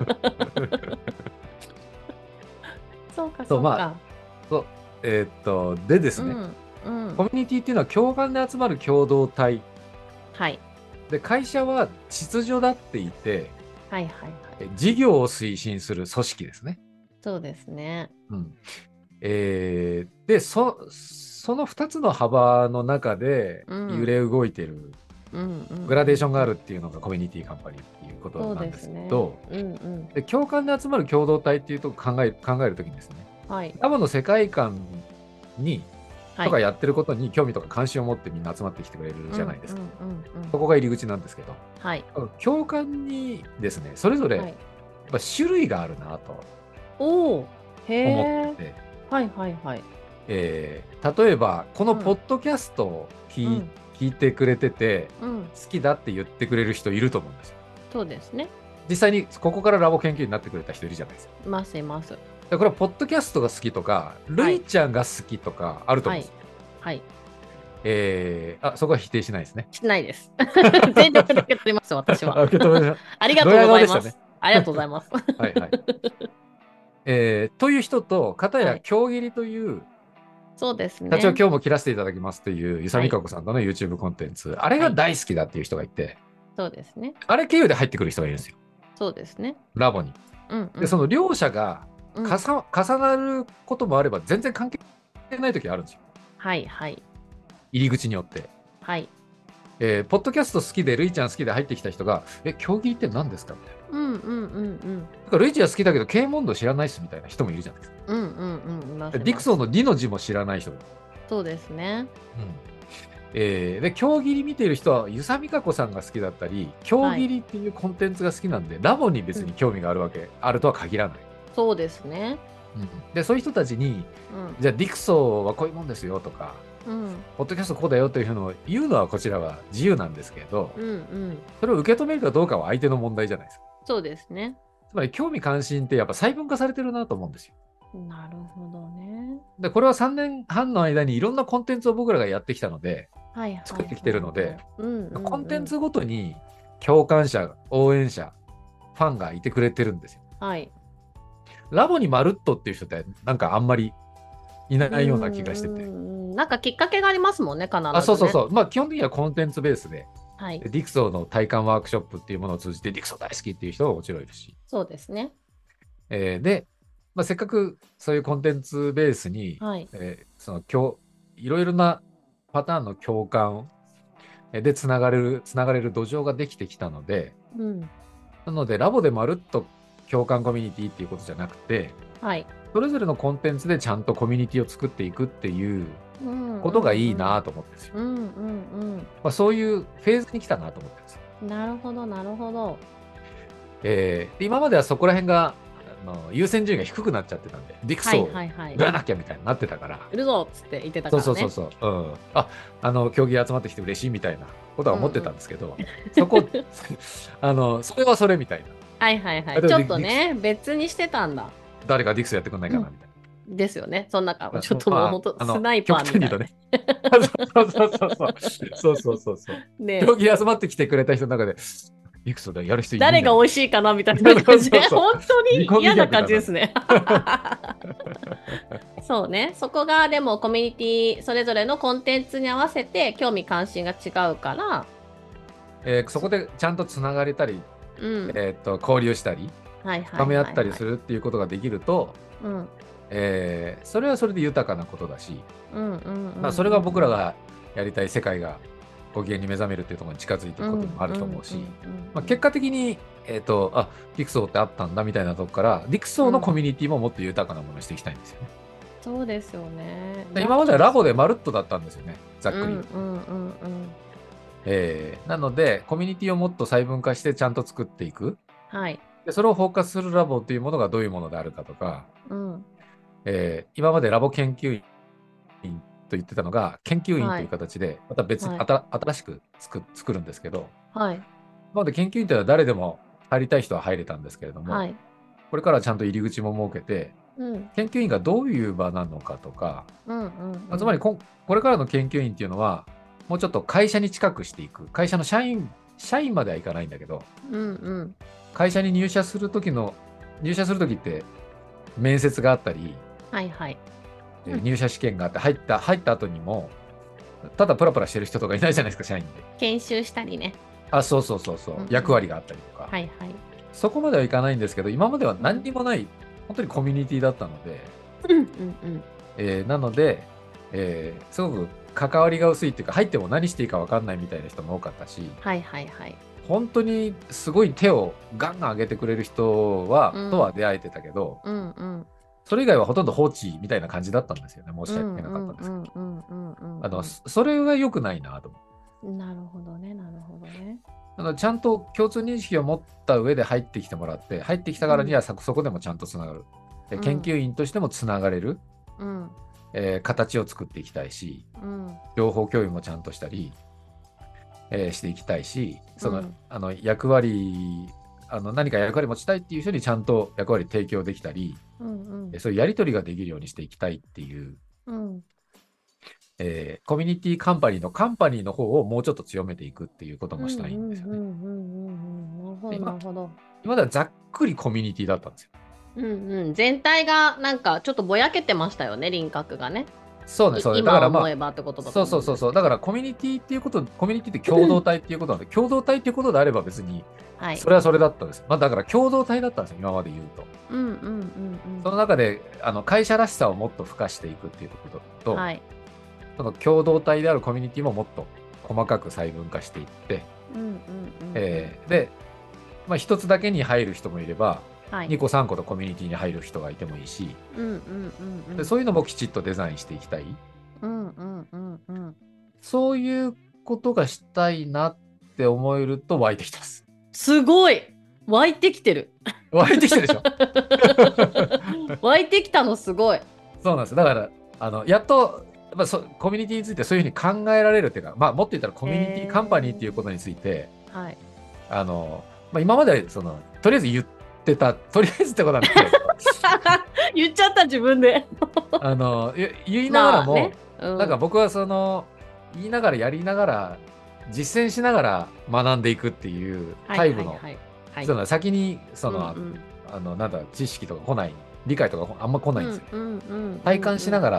[SPEAKER 2] そうか
[SPEAKER 1] そ
[SPEAKER 2] そうう
[SPEAKER 1] まあ
[SPEAKER 2] か。
[SPEAKER 1] えーっと、でで
[SPEAKER 2] う
[SPEAKER 1] すね、
[SPEAKER 2] んうん
[SPEAKER 1] コミュニティっていうのは共感で集まる共同体。
[SPEAKER 2] はい
[SPEAKER 1] で、会社は秩序だっていて、
[SPEAKER 2] はいはいはい。
[SPEAKER 1] え事業を推進する組織ですね。
[SPEAKER 2] そうですね。
[SPEAKER 1] うん。えーで、そ、その2つの幅の中で
[SPEAKER 2] うん
[SPEAKER 1] 揺れ動いてる、
[SPEAKER 2] うんうん。
[SPEAKER 1] グラデーションがあ
[SPEAKER 2] る。
[SPEAKER 1] るっていうのがコミュニティカンパニーっていうこと
[SPEAKER 2] そう
[SPEAKER 1] なん
[SPEAKER 2] で
[SPEAKER 1] ですす
[SPEAKER 2] ね
[SPEAKER 1] け。ど、
[SPEAKER 2] うんうん
[SPEAKER 1] で共感で集まる共同体っていうとこ考え考えるときにですね
[SPEAKER 2] はい
[SPEAKER 1] ラボの世界観に
[SPEAKER 2] はい。
[SPEAKER 1] とかやってることに興味とか関心を持ってみんな集まってきてくれるじゃないですか、
[SPEAKER 2] うんうんうんうん
[SPEAKER 1] そこが入り口なんですけど
[SPEAKER 2] はい
[SPEAKER 1] 共感にですねそれぞれ
[SPEAKER 2] は
[SPEAKER 1] やっ
[SPEAKER 2] い。
[SPEAKER 1] ぱ種類があるなと
[SPEAKER 2] おおへ
[SPEAKER 1] 思
[SPEAKER 2] え
[SPEAKER 1] って。て、
[SPEAKER 2] はいはいはい。
[SPEAKER 1] えー例えばこのポッドキャストを聞,、
[SPEAKER 2] うん
[SPEAKER 1] 聞いてくれてて
[SPEAKER 2] うん、
[SPEAKER 1] 好きだって言ってくれる人いると思うんですよ
[SPEAKER 2] そうですね。
[SPEAKER 1] 実際にここからラボ研究になってくれた人いるじゃないですか
[SPEAKER 2] いますいます。
[SPEAKER 1] だからこれはポッドキャストが好きとか
[SPEAKER 2] は
[SPEAKER 1] ル
[SPEAKER 2] い
[SPEAKER 1] イちゃんが好きとかあると思うんですよ、
[SPEAKER 2] はい。
[SPEAKER 1] えーあそこは否定しないですね。
[SPEAKER 2] しないです。 全力で受け取ります、私は。
[SPEAKER 1] 受け止めまし
[SPEAKER 2] ありがとうござい
[SPEAKER 1] ドヤ
[SPEAKER 2] ま
[SPEAKER 1] 顔でし
[SPEAKER 2] す。ありがとうございます。
[SPEAKER 1] たはいはい。えーという人と、片
[SPEAKER 2] は
[SPEAKER 1] や
[SPEAKER 2] い
[SPEAKER 1] 京切りという、
[SPEAKER 2] そうですね。
[SPEAKER 1] 社長今日も切らせていただきますという、ゆさみかこさんとの YouTube コンテンツ、あれが大好きだっていう人がいて、
[SPEAKER 2] そうですね。
[SPEAKER 1] あれ経由で入ってくる人がいるんですよ、
[SPEAKER 2] そうですね。
[SPEAKER 1] ラボに。
[SPEAKER 2] うん、うん。
[SPEAKER 1] で、その両者が
[SPEAKER 2] うん、
[SPEAKER 1] かさ、重なることもあれば、全然関係ない時があるんですよ、
[SPEAKER 2] はいはい。
[SPEAKER 1] 入り口によって。
[SPEAKER 2] はい。
[SPEAKER 1] えーポッドキャスト好きで、ルイちゃん好きで入ってきた人が、え、競技って何ですかみたいな。
[SPEAKER 2] うんうんうん
[SPEAKER 1] だからルイちゃん好きだけど、K モンド知らないっすみたいな人もいるじゃないですか。
[SPEAKER 2] うん。うんうんうんいます。
[SPEAKER 1] でディク
[SPEAKER 2] ン。
[SPEAKER 1] ソンのリの字も知らない人も。
[SPEAKER 2] そうですね。
[SPEAKER 1] うんえーで、競技に見てる人は、湯佐美香子さんが好きだったり、競技っていうコンテンツが好きなんで、ラボに別に興味があるわけ、あるとは限らない。
[SPEAKER 2] そうですね。
[SPEAKER 1] うんで、そういう人たちに、じゃあ、ディクソンはこういうもんですよとか、
[SPEAKER 2] うんうん
[SPEAKER 1] ポッドキャストこうだよというのを言うのはこちらは自由なんですけど、
[SPEAKER 2] うんうん。
[SPEAKER 1] それを受け止めるかどうかは相手の問題じゃないですか。
[SPEAKER 2] そうですね。
[SPEAKER 1] つまり興味関心ってやっぱ細分化されてるなと思うんですよ。
[SPEAKER 2] なるほどね。
[SPEAKER 1] で、これは3年半の間にいろんなコンテンツを僕らがやってきたので、
[SPEAKER 2] はいはい。
[SPEAKER 1] 作ってきてるので、
[SPEAKER 2] うんうんうん
[SPEAKER 1] コンテンツごとに共感者、応援者、ファンがいてくれてるんですよ。
[SPEAKER 2] はい。
[SPEAKER 1] ラボにまるっとっていう人ってなんかあんまりいないような気がして
[SPEAKER 2] うんう
[SPEAKER 1] て。
[SPEAKER 2] んうんなんかきっかけがありますもんね、必ず、ね。
[SPEAKER 1] あ、そうそうそう。まあ基本的にはコンテンツベースで、
[SPEAKER 2] はい
[SPEAKER 1] で。ディクソーの体感ワークショップっていうものを通じて、ディクソー大好きっていう人ももちろんいるし。
[SPEAKER 2] そうですね。
[SPEAKER 1] えーで、まあ、せっかくそういうコンテンツベースに、
[SPEAKER 2] はい。
[SPEAKER 1] えーその共いろいろなパターンの共感えーでつながれるつながれる土壌ができてきたので
[SPEAKER 2] うん。
[SPEAKER 1] なのでラボでまるっと共感コミュニティっていうことじゃなくて
[SPEAKER 2] はい。
[SPEAKER 1] それぞれのコンテンツでちゃんとコミュニティを作っていくっていう
[SPEAKER 2] うん
[SPEAKER 1] ことがいいな。と思ってるんですよ、
[SPEAKER 2] うんうん
[SPEAKER 1] まあ、そういうフェーズに来たなと思ってるんですよ、
[SPEAKER 2] うん。なるほど、なるほど。
[SPEAKER 1] えーで今まではそこら辺があの優先順位が低くなっちゃってたんでディク
[SPEAKER 2] は
[SPEAKER 1] ソ
[SPEAKER 2] い
[SPEAKER 1] を
[SPEAKER 2] はいはい。
[SPEAKER 1] 売らなきゃみたいになってたから、
[SPEAKER 2] 売るぞっつって言ってたか
[SPEAKER 1] そ
[SPEAKER 2] ら
[SPEAKER 1] う
[SPEAKER 2] ね。
[SPEAKER 1] そうそうそう、うん、ああの競技集まってきて嬉しいみたいなことは思ってたんですけど、そこ あのそれはそれみたいな
[SPEAKER 2] はいはいは
[SPEAKER 1] あ
[SPEAKER 2] い。
[SPEAKER 1] で
[SPEAKER 2] ち
[SPEAKER 1] も
[SPEAKER 2] ょっとね、別にしてたんだ。
[SPEAKER 1] 誰かディクスやってくんないかなみたい
[SPEAKER 2] ですよね。そんな
[SPEAKER 1] な、
[SPEAKER 2] か、ちょっともう本
[SPEAKER 1] あ
[SPEAKER 2] 当
[SPEAKER 1] の
[SPEAKER 2] スナイパーみた
[SPEAKER 1] 極
[SPEAKER 2] いな。
[SPEAKER 1] 端に言うとねそうそうそうそうそうそうそう
[SPEAKER 2] ね
[SPEAKER 1] 競技集まってきてくれた人の中でディクスでやる人いるんじゃな
[SPEAKER 2] 誰
[SPEAKER 1] い
[SPEAKER 2] が美味しいかなみたいな感じで、
[SPEAKER 1] そうそう
[SPEAKER 2] 本当に
[SPEAKER 1] 煮込み
[SPEAKER 2] 嫌
[SPEAKER 1] 客だ
[SPEAKER 2] な
[SPEAKER 1] な
[SPEAKER 2] 感じで すね。そうね、そこがでもコミュニティそれぞれのコンテンツに合わせて興味関心が違うから、
[SPEAKER 1] えーそこでちゃんとつながれたり、
[SPEAKER 2] うん、
[SPEAKER 1] えー、と交流したり
[SPEAKER 2] はいはいはいはい
[SPEAKER 1] 深め合ったりするっていうことができると、
[SPEAKER 2] うん
[SPEAKER 1] えーそれはそれで豊かなことだし、
[SPEAKER 2] うんうんうん
[SPEAKER 1] まあ、それが僕らがやりたい世界がご機嫌に目覚めるっていうところに近づいていくこともあると思うし、
[SPEAKER 2] んんん
[SPEAKER 1] まあ、結果的に、えー、とあディクソーってあったんだみたいなとこからディクソーのコミュニティももっと豊かなものにしていきたいんですよね。
[SPEAKER 2] そうですよね。
[SPEAKER 1] で今まではラボでまるっとだったんですよねざっ
[SPEAKER 2] うん
[SPEAKER 1] く
[SPEAKER 2] う
[SPEAKER 1] り、
[SPEAKER 2] んうんうん
[SPEAKER 1] えーなのでコミュニティをもっと細分化してちゃんと作っていく
[SPEAKER 2] はい
[SPEAKER 1] でそれを包括するラボというものがどういうものであるかとか、
[SPEAKER 2] うん
[SPEAKER 1] えー今までラボ研究員と言ってたのが研究員という形で、また別に、
[SPEAKER 2] はい
[SPEAKER 1] あた新しく作る作るんですけど
[SPEAKER 2] はい
[SPEAKER 1] 今まで研究員というのは誰でも入りたい人は入れたんですけれども、
[SPEAKER 2] はい
[SPEAKER 1] これからはちゃんと入り口も設けて
[SPEAKER 2] うん
[SPEAKER 1] 研究員がどういう場なのかとか、
[SPEAKER 2] うんうんう
[SPEAKER 1] まあ
[SPEAKER 2] ん
[SPEAKER 1] つまりここれからの研究員っていうのはもうちょっと会社に近くしていく会社の社員社員まではいかないんだけど
[SPEAKER 2] うんうん
[SPEAKER 1] 会社に入社する時の入社する時って面接があったり
[SPEAKER 2] はいはい
[SPEAKER 1] えー
[SPEAKER 2] うん
[SPEAKER 1] 入社試験があって入った入った後にもただプラプラしてる人とかいないじゃないですか社員で
[SPEAKER 2] 研修したりね
[SPEAKER 1] あそうそうそうそう、
[SPEAKER 2] うん
[SPEAKER 1] 役割があったりとか、
[SPEAKER 2] はいはい
[SPEAKER 1] そこまではいかないんですけど今までは何にもない、本当にコミュニティだったので、
[SPEAKER 2] うんうんうん
[SPEAKER 1] えーなので、えーすごく関わりが薄いっていうか入っても何していいか分かんないみたいな人も多かったし
[SPEAKER 2] はいはいはい
[SPEAKER 1] 本当にすごい手をガンガン上げてくれる人は、
[SPEAKER 2] うん
[SPEAKER 1] とは出会えてたけど
[SPEAKER 2] うんうん
[SPEAKER 1] それ以外はほとんど放置みたいな感じだったんですよね申し訳なかったんですけど、
[SPEAKER 2] うんうんうんうんうん
[SPEAKER 1] あのそそれは良くないなと思って
[SPEAKER 2] なるほどねなるほどね
[SPEAKER 1] あのちゃんと共通認識を持った上で入ってきてもらって入ってきたからにはそそこでもちゃんとつながる、で
[SPEAKER 2] うん
[SPEAKER 1] 研究員としてもつながれる、
[SPEAKER 2] うん
[SPEAKER 1] えー形を作っていきたいし
[SPEAKER 2] うん
[SPEAKER 1] 情報共有もちゃんとしたり、えーしていきたいしその、
[SPEAKER 2] うん
[SPEAKER 1] あの役割あの何か役割持ちたいっていう人にちゃんと役割提供できたり、
[SPEAKER 2] うん
[SPEAKER 1] えーそういうやり取りができるようにしていきたいっていう、
[SPEAKER 2] うん
[SPEAKER 1] えーコミュニティカンパニーのカンパニーの方をもうちょっと強めていくっていうこともしたいんですよね。
[SPEAKER 2] うんうんうんうんうんなるほどなるほど
[SPEAKER 1] 今ではざっくりコミュニティだったんですよ。
[SPEAKER 2] うんうん全体がなんかちょっとぼやけてましたよね輪郭がね
[SPEAKER 1] そうね、そうね。だか
[SPEAKER 2] 今
[SPEAKER 1] らま
[SPEAKER 2] 思
[SPEAKER 1] あ
[SPEAKER 2] え、ばってことだと
[SPEAKER 1] そう
[SPEAKER 2] 思
[SPEAKER 1] そうそうそう。だからコミュニティっていうこと、コミュニティって共同体っていうことなんで、共同体っていうことであれば別に、
[SPEAKER 2] はい
[SPEAKER 1] それはそれだったんです。まあだから共同体だったんですよ、今まで言うと。
[SPEAKER 2] うんうんうんうん
[SPEAKER 1] その中で、あの会社らしさをもっと付加していくっていうことと、
[SPEAKER 2] はい
[SPEAKER 1] その共同体であるコミュニティももっと細かく細分化していって、
[SPEAKER 2] うんうんうん
[SPEAKER 1] えーで、まあ、1つだけに入る人もいれば
[SPEAKER 2] はい
[SPEAKER 1] 2個3個とコミュニティに入る人がいてもいいし
[SPEAKER 2] うんうんうんうん
[SPEAKER 1] でそういうのもきちっとデザインしていきたい
[SPEAKER 2] うんうんうんうん
[SPEAKER 1] そういうことがしたいなって思えると湧いてきたす
[SPEAKER 2] すごい湧いてきてる
[SPEAKER 1] 湧いてきたで しょ
[SPEAKER 2] 湧いてきたのすごい
[SPEAKER 1] そうなんですよだからあのやっとまあ、そコミュニティについてそういうふうに考えられるっていうか、まあ、もっと言ったらコミュニティ、
[SPEAKER 2] へー
[SPEAKER 1] カンパニーっていうことについて
[SPEAKER 2] はい
[SPEAKER 1] あの、まあ、今までそのとりあえず言ってたとりあえずってことなんです けど
[SPEAKER 2] 言っちゃった自分で
[SPEAKER 1] あのゆ言いながらも、
[SPEAKER 2] まあねうん
[SPEAKER 1] なんか僕はその言いながらやりながら実践しながら学んでいくっていうタイプの、
[SPEAKER 2] はいはいはい
[SPEAKER 1] そ
[SPEAKER 2] はい
[SPEAKER 1] の先にその、
[SPEAKER 2] うんうん
[SPEAKER 1] あのなんだ知識とか来ない理解とかあんま来ないんですよ、
[SPEAKER 2] うんうんうん
[SPEAKER 1] 体感しな
[SPEAKER 2] ら
[SPEAKER 1] が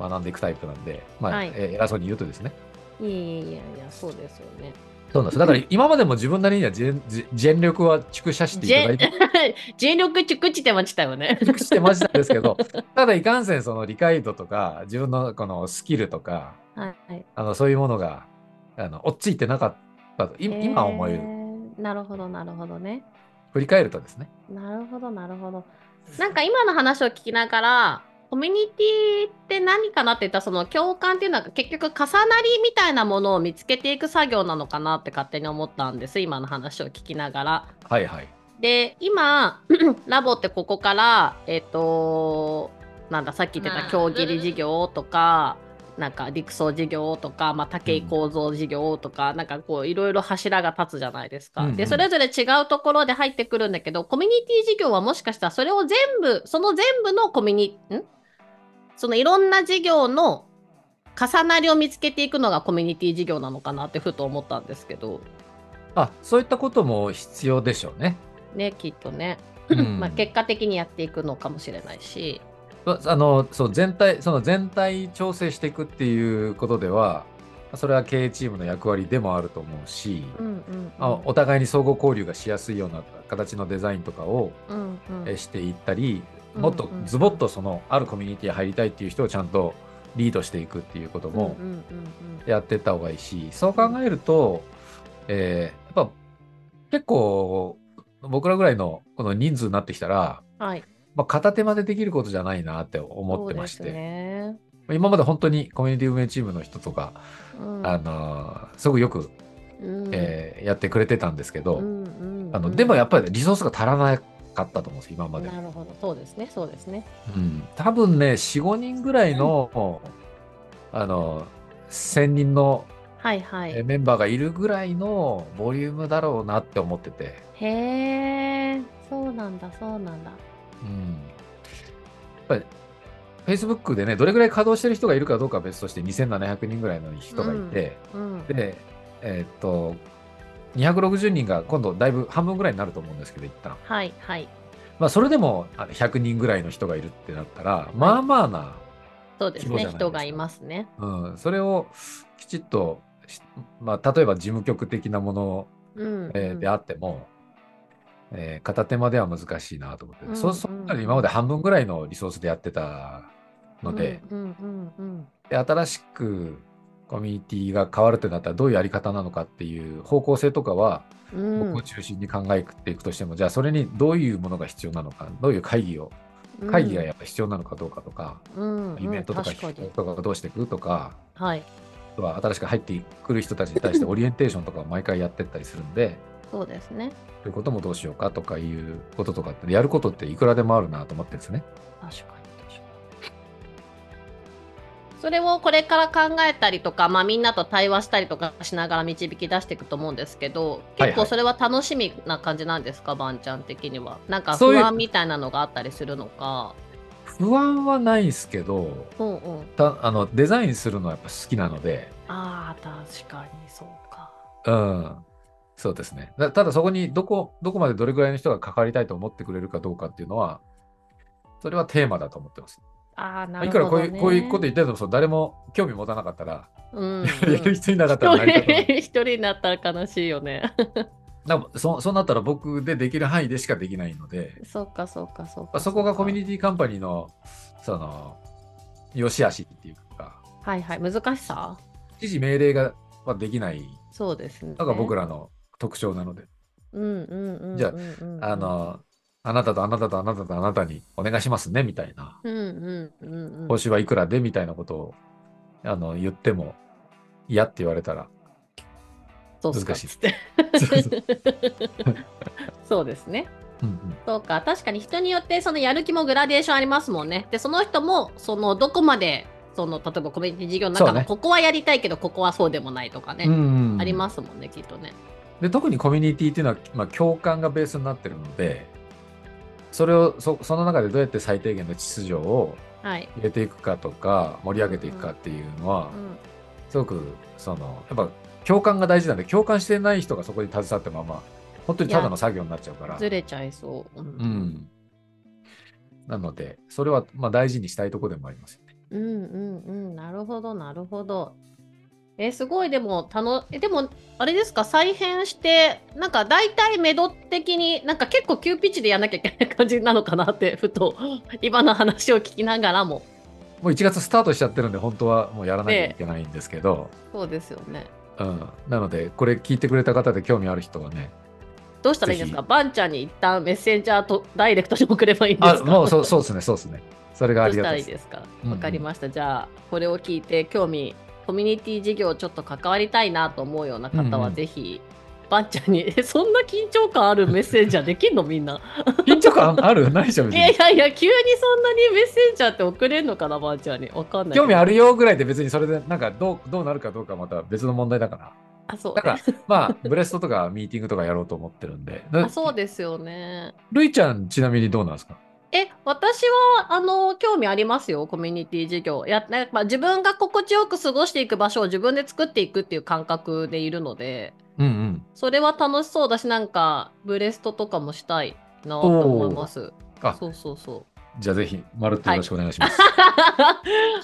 [SPEAKER 1] ら学んでいくタイプなんで、まあ
[SPEAKER 2] はい
[SPEAKER 1] え偉そうに言うとですね
[SPEAKER 2] いやいやいやいやそうですよね
[SPEAKER 1] そうなんですだから今までも自分なりには全全全力は畜射していただいて
[SPEAKER 2] 全力チクチってましたよね
[SPEAKER 1] 尽くしてましたんですけど、 ただいかんせんその理解度とか、自分のこのスキルとか、
[SPEAKER 2] はい
[SPEAKER 1] あのそういうものが、あの、落ちいてなかったと、い今思える、
[SPEAKER 2] るなるほどなるほどね
[SPEAKER 1] 振り返るとですね。
[SPEAKER 2] なるほどなるほどなんか今の話を聞きながらコミュニティって何かなって言ったらその共感っていうのは結局重なりみたいなものを見つけていく作業なのかなって勝手に思ったんです今の話を聞きながら。
[SPEAKER 1] はいはい。
[SPEAKER 2] で今 ラボってここからえっ、となんださっき言って
[SPEAKER 3] ま
[SPEAKER 2] た
[SPEAKER 3] あ
[SPEAKER 2] 競技り事業とか、なんか陸送事業とか、まあ、武井構造事業とか、なんかこういろいろ柱が立つじゃないですか。
[SPEAKER 1] うんうん
[SPEAKER 2] でそれぞれ違うところで入ってくるんだけどコミュニティ事業はもしかしたらそれを全部その全部のコミュニんそのいろんな事業の重なりを見つけていくのがコミュニティ事業なのかなってふと思ったんですけど
[SPEAKER 1] あ、そういったことも必要でしょうね。
[SPEAKER 2] ねきっとね。
[SPEAKER 1] うん
[SPEAKER 2] まあ、結果的にやっていくのかもしれないし、
[SPEAKER 1] そうあの、そう、全体、その全体調整していくっていうことでは、それは経営チームの役割でもあると思うし、
[SPEAKER 2] うんうん
[SPEAKER 1] あお互いに相互交流がしやすいような形のデザインとかを、
[SPEAKER 2] うんうん
[SPEAKER 1] えしていったり、
[SPEAKER 2] うん
[SPEAKER 1] もっとズボッとそのあるコミュニティに入りたいっていう人をちゃんとリードしていくっていうことも
[SPEAKER 2] うんうんうん
[SPEAKER 1] やってった方がいいし、そう考えると、えーやっぱ結構僕らぐらいのこの人数になってきたら、
[SPEAKER 2] うんはい、
[SPEAKER 1] まあ、片手間でできることじゃないなって思ってまし
[SPEAKER 2] そうで
[SPEAKER 1] て、
[SPEAKER 2] すね
[SPEAKER 1] 今まで本当にコミュニティ運営チームの人とか、
[SPEAKER 2] うん
[SPEAKER 1] あのーすごくよく、
[SPEAKER 2] うん
[SPEAKER 1] えーやってくれてたんですけど、
[SPEAKER 2] うんうんうん
[SPEAKER 1] あのでもやっぱりリソースが足らなかったと思うんです今まで。
[SPEAKER 2] なるほどそうですねそうですね
[SPEAKER 1] うん、多分ね45人ぐらいの、あの1,000人の
[SPEAKER 2] はいはい
[SPEAKER 1] えメンバーがいるぐらいのボリュームだろうなって思ってて、
[SPEAKER 2] へえそうなんだそうなんだ
[SPEAKER 1] うん、やっぱり Facebook でねどれぐらい稼働してる人がいるかどうかは別として2700人ぐらいの人がいて、
[SPEAKER 2] うん
[SPEAKER 1] でえーっと260人が今度だいぶ半分ぐらいになると思うんですけど一旦、
[SPEAKER 2] はいはい
[SPEAKER 1] まあ、それでもあの100人ぐらいの人がいるってなったらまあまあな
[SPEAKER 2] そうです
[SPEAKER 1] 規模じゃない
[SPEAKER 2] ね
[SPEAKER 1] ですか
[SPEAKER 2] 人がいますね
[SPEAKER 1] うん、それをきちっとし、まあ、例えば事務局的なもの、
[SPEAKER 2] うん
[SPEAKER 1] えーであっても、えー片手間では難しいなと思って、
[SPEAKER 2] うん
[SPEAKER 1] そうそうしたら今まで半分ぐらいのリソースでやってたので,、
[SPEAKER 2] うんうんうんうん
[SPEAKER 1] で新しくコミュニティが変わるってなったらどういうやり方なのかっていう方向性とかは
[SPEAKER 2] うん
[SPEAKER 1] 僕を中心に考えていくとしても、じゃあそれにどういうものが必要なのかどういう会議を会議がやっぱ必要なのかどうかとか、
[SPEAKER 2] うんうん
[SPEAKER 1] イベントとか
[SPEAKER 2] 確かに
[SPEAKER 1] とかどうしていくとか。
[SPEAKER 2] はい
[SPEAKER 1] は新しく入ってくる人たちに対してオリエンテーションとかを毎回やってったりするんで、
[SPEAKER 2] そうですね
[SPEAKER 1] そういうこともどうしようかとかいうこととかって、やることっていくらでもあるなと思ってるんですね。
[SPEAKER 2] 確かに確かにそれをこれから考えたりとか、まあ、みんなと対話したりとかしながら導き出していくと思うんですけど
[SPEAKER 1] はいはい
[SPEAKER 2] 結構それは楽しみな感じなんですか、ばんちゃん的にはなんか
[SPEAKER 1] そう
[SPEAKER 2] 不
[SPEAKER 1] いう
[SPEAKER 2] 安みたいなのがあったりするのか
[SPEAKER 1] 不安はないですけど、
[SPEAKER 2] うんうん
[SPEAKER 1] たあのデザインするのはやっぱ好きなので、
[SPEAKER 2] ああ確かにそうか
[SPEAKER 1] うん、そうですね。だただそこにどこどこまでどれぐらいの人が関わりたいと思ってくれるかどうかっていうのは、それはテーマだと思ってます。ま
[SPEAKER 2] ああな
[SPEAKER 1] あい
[SPEAKER 2] る
[SPEAKER 1] くらこ
[SPEAKER 2] ほ
[SPEAKER 1] う
[SPEAKER 2] ど、
[SPEAKER 1] い
[SPEAKER 2] ね、
[SPEAKER 1] うこういうこと言っててもそう誰も興味持たなかったら、
[SPEAKER 2] うんうん、
[SPEAKER 1] やる人いなかったら成り立たない
[SPEAKER 2] 一人一人になったら悲しいよね
[SPEAKER 1] なんかそそうなったら僕でできる範囲でしかできないので、
[SPEAKER 2] そうかそうかそう
[SPEAKER 1] まあ、
[SPEAKER 2] か
[SPEAKER 1] そこがコミュ
[SPEAKER 2] ニ
[SPEAKER 1] ニティカンパニーのその良し悪しっていうか
[SPEAKER 2] はいはい難しさ
[SPEAKER 1] 指示命令がはできない
[SPEAKER 2] そうですね。
[SPEAKER 1] のが僕らの特徴なので、
[SPEAKER 2] うんうんうんうんうんうん。
[SPEAKER 1] じゃあの、あなたとあなたとあなたとあなたにお願いしますねみたいな、
[SPEAKER 2] うんうんうんうん。
[SPEAKER 1] 報酬はいくらでみたいなことをあの言っても嫌って言われたら、
[SPEAKER 2] そうっすか
[SPEAKER 1] 難しい
[SPEAKER 2] つって
[SPEAKER 1] そうそ
[SPEAKER 2] そうですね。
[SPEAKER 1] うんうん、
[SPEAKER 2] そうか、確かに人によってそのやる気もグラデーションありますもんね。で、その人もそのどこまでその例えばコミュニティ事業の中
[SPEAKER 1] そう
[SPEAKER 2] の
[SPEAKER 1] ね
[SPEAKER 2] ここはやりたいけどここはそうでもないとかね、
[SPEAKER 1] うんうん
[SPEAKER 2] ありますもんねきっとね。
[SPEAKER 1] で特にコミュニティっていうのは、まあ、共感がベースになってるのでそれをそその中でどうやって最低限の秩序を
[SPEAKER 2] はい。
[SPEAKER 1] 入れていくかとか盛り上げていくかっていうのは、
[SPEAKER 2] うん
[SPEAKER 1] すごくそのやっぱ共感が大事なんで共感してない人がそこに携わってもまあ本当にただの作業になっちゃうから。
[SPEAKER 2] ずれちゃいそう。うん
[SPEAKER 1] うんなので、それはまあ大事にしたいところでもありますよね。
[SPEAKER 2] うんうんうん、なるほど、なるほど。えーすごい、でも、たの、えでも、あれですか、再編して、なんか、大体メド的に、なんか結構急ピッチでやんなきゃいけない感じなのかなって、ふ と、今の話を聞きながらも。
[SPEAKER 1] もう1月スタートしちゃってるんで、本当はもうやらなきゃいけないんですけど、
[SPEAKER 2] そうですよね。
[SPEAKER 1] うん、なので、これ聞いてくれた方で興味ある人はね、
[SPEAKER 2] どうしたらいいんですか
[SPEAKER 1] ぜ
[SPEAKER 2] バンちゃんに一旦メッセンジャーとダイレクトに送ればいいんです
[SPEAKER 1] あ
[SPEAKER 2] か
[SPEAKER 1] もうそうそうですね、そうですね。それがあ
[SPEAKER 2] ど
[SPEAKER 1] り
[SPEAKER 2] うし
[SPEAKER 1] が
[SPEAKER 2] た
[SPEAKER 1] た
[SPEAKER 2] ら
[SPEAKER 1] い
[SPEAKER 2] い
[SPEAKER 1] です。
[SPEAKER 2] いですか
[SPEAKER 1] うん
[SPEAKER 2] わかりました。じゃあ、これを聞いて、興味、コミュニティ事業ちょっと関わりたいなと思うような方
[SPEAKER 1] うんう
[SPEAKER 2] は、
[SPEAKER 1] ん
[SPEAKER 2] ぜひ、ばんちゃんに、え、 そんな緊張感あるメッセンジャーで きんのみんな。
[SPEAKER 1] 緊張感あるない でしょ、別
[SPEAKER 2] いやい
[SPEAKER 1] に。
[SPEAKER 2] やいや、急にそんなにメッセンジャーって送れんのかな、ばんちゃんに。わかんない。
[SPEAKER 1] 興味
[SPEAKER 2] あ
[SPEAKER 1] あるよぐらいで別にそれでなんかどうどうなるかどうかまた別の問題だから。
[SPEAKER 2] そう
[SPEAKER 1] だ。からまあブレストとかミーティングとかやろうと思ってるんで。
[SPEAKER 2] あそうですよね。
[SPEAKER 1] るいちゃんちなみにどうなんですか
[SPEAKER 2] え、私は、あの、興味ありますよ、コミュニティ事業。や、なんか、まあ自分が心地よく過ごしていく場所を自分で作っていくっていう感覚でいるので、
[SPEAKER 1] うんうん。
[SPEAKER 2] それは楽しそうだし、なんか、ブレストとかもしたいなと思います。
[SPEAKER 1] あ
[SPEAKER 2] そうそうそう。
[SPEAKER 1] じゃあぜひまるっとよろしくお願いします。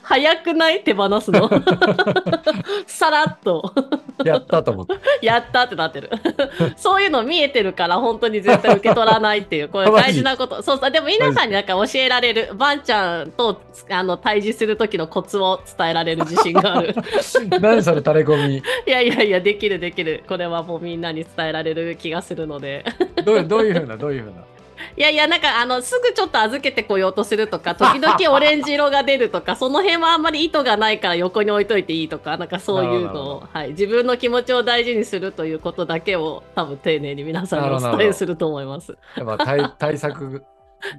[SPEAKER 2] 早くない手放す の。さらっと。
[SPEAKER 1] やったと思って。
[SPEAKER 2] やったってなってるそういうの見えてるから本当に絶対受け取らないっ ていうこれ
[SPEAKER 1] マジ
[SPEAKER 2] 大事なことそうそうでも皆さんになんか教えられるばんちゃんとあの対峙する時のコツを伝えられる自信が ある
[SPEAKER 1] 何それ垂れ込み。
[SPEAKER 2] いやいやいやできるできるこれはもうみんなに伝えられる気がするので
[SPEAKER 1] どうどういうふうなどういうふうな。
[SPEAKER 2] いやいやなんかあのすぐちょっと預けてこようとするとか時々オレンジ色が出ると かその辺はあんまり意図がないから横に置いといていいとかなんかそういう
[SPEAKER 1] なるほ
[SPEAKER 2] の
[SPEAKER 1] ど
[SPEAKER 2] を、はい、自分の気持ちを大事にするということだけを多分丁寧に皆さんに
[SPEAKER 1] な
[SPEAKER 2] お
[SPEAKER 1] るほどなるほ
[SPEAKER 2] 伝え
[SPEAKER 1] ど
[SPEAKER 2] すると思います。
[SPEAKER 1] やっぱ対対策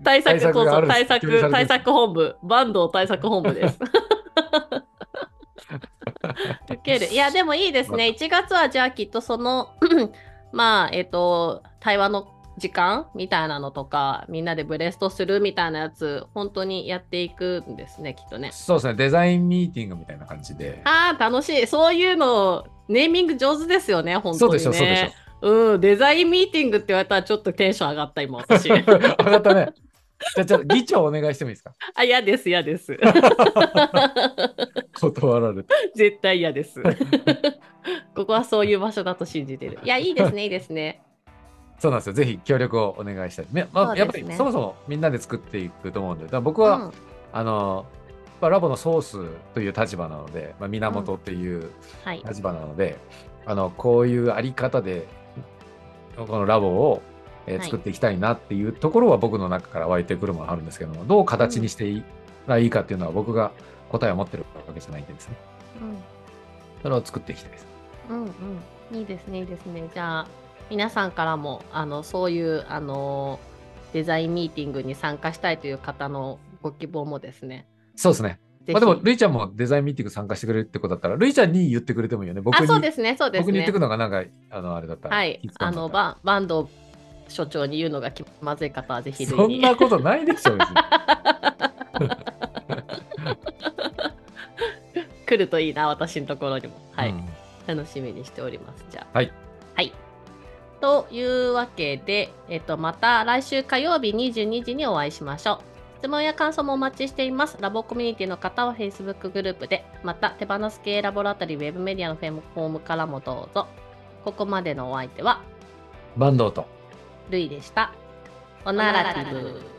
[SPEAKER 2] 対策こ
[SPEAKER 1] があ
[SPEAKER 2] そ
[SPEAKER 1] る共
[SPEAKER 2] 対
[SPEAKER 1] 有さ
[SPEAKER 2] 策
[SPEAKER 1] れて
[SPEAKER 2] 対
[SPEAKER 1] る
[SPEAKER 2] 策本部坂東対策本部です受けるいやでもいいですね1月はじゃあきっとその まあえっ、と対話の時間みたいなのとかみんなでブレストするみたいなやつ本当にやっていくんですねきっとね
[SPEAKER 1] そうですねデザインミーティングみたいな感じで。
[SPEAKER 2] あー楽しいそういうのネーミング上手ですよね本
[SPEAKER 1] そう
[SPEAKER 2] 当に
[SPEAKER 1] でし
[SPEAKER 2] ね
[SPEAKER 1] ょそうでしょ。
[SPEAKER 2] うんデザインミーティングって言われたらちょっとテンション上がった今 私
[SPEAKER 1] 上がったね。じゃあじゃあ議長お願いしてもいいですか
[SPEAKER 2] あ嫌です嫌です
[SPEAKER 1] 断られて。
[SPEAKER 2] 絶対嫌です。 ここはそういう場所だと信じ てる。いや、いいですね、いいですね。
[SPEAKER 1] そうなんですよ。ぜひ協力をお願いしたい。めま
[SPEAKER 2] そう
[SPEAKER 1] あ、
[SPEAKER 2] ですね
[SPEAKER 1] やっぱりそもそもみんなで作っていくと 思うんで、だから僕は、
[SPEAKER 2] うん
[SPEAKER 1] あの、まあ、ラボのソースという立場なので、まあ、源っていう
[SPEAKER 2] はい。
[SPEAKER 1] 立場なので、あのこういうあり方でこのラボを、えー
[SPEAKER 2] はい
[SPEAKER 1] 作っていきたいなっていうところは僕の中から湧いてくるものがあるんですけどもどう形にしていたらいいかっていうのは僕が答えを持ってるわけじゃないんでですねそれを作っていきたいです。
[SPEAKER 2] うん、うん、うん。いいですね、いいですね。じゃあ、皆さんからも、あの、そういう、あの、デザインミーティングに参加したいという方のご希望もですね。
[SPEAKER 1] そうですね。
[SPEAKER 2] ぜひ
[SPEAKER 1] まあ、でも、るいちゃんもデザインミーティング参加してくれるってことだったら、るいちゃんに言ってくれてもいいよね。僕
[SPEAKER 2] あ、
[SPEAKER 1] に
[SPEAKER 2] そうですね、そうです
[SPEAKER 1] 僕に言っ
[SPEAKER 2] ね
[SPEAKER 1] て。くのがなんか、あの、あれだったら。
[SPEAKER 2] はい
[SPEAKER 1] 気遣。
[SPEAKER 2] あ
[SPEAKER 1] うんだ
[SPEAKER 2] の、
[SPEAKER 1] ったら
[SPEAKER 2] ババンド所長に言うのが気まずい方は、ぜひ、
[SPEAKER 1] そんな
[SPEAKER 2] に
[SPEAKER 1] ことないでしょ、別に
[SPEAKER 2] 来るといいな、私のところにも。 はい。
[SPEAKER 1] うん
[SPEAKER 2] 楽しみにしております。じゃあ。
[SPEAKER 1] はい。
[SPEAKER 2] はい。というわけで、えっと、また来週火曜日22時にお会いしましょう。質問や感想もお待ちしています。ラボコミュニティの方は Facebook グループで、また手放す系ラボラタリーウェブメディアのフォームからもどうぞ。ここまでのお相手は、
[SPEAKER 1] バンドと。
[SPEAKER 2] ルイでした。オナラティブ。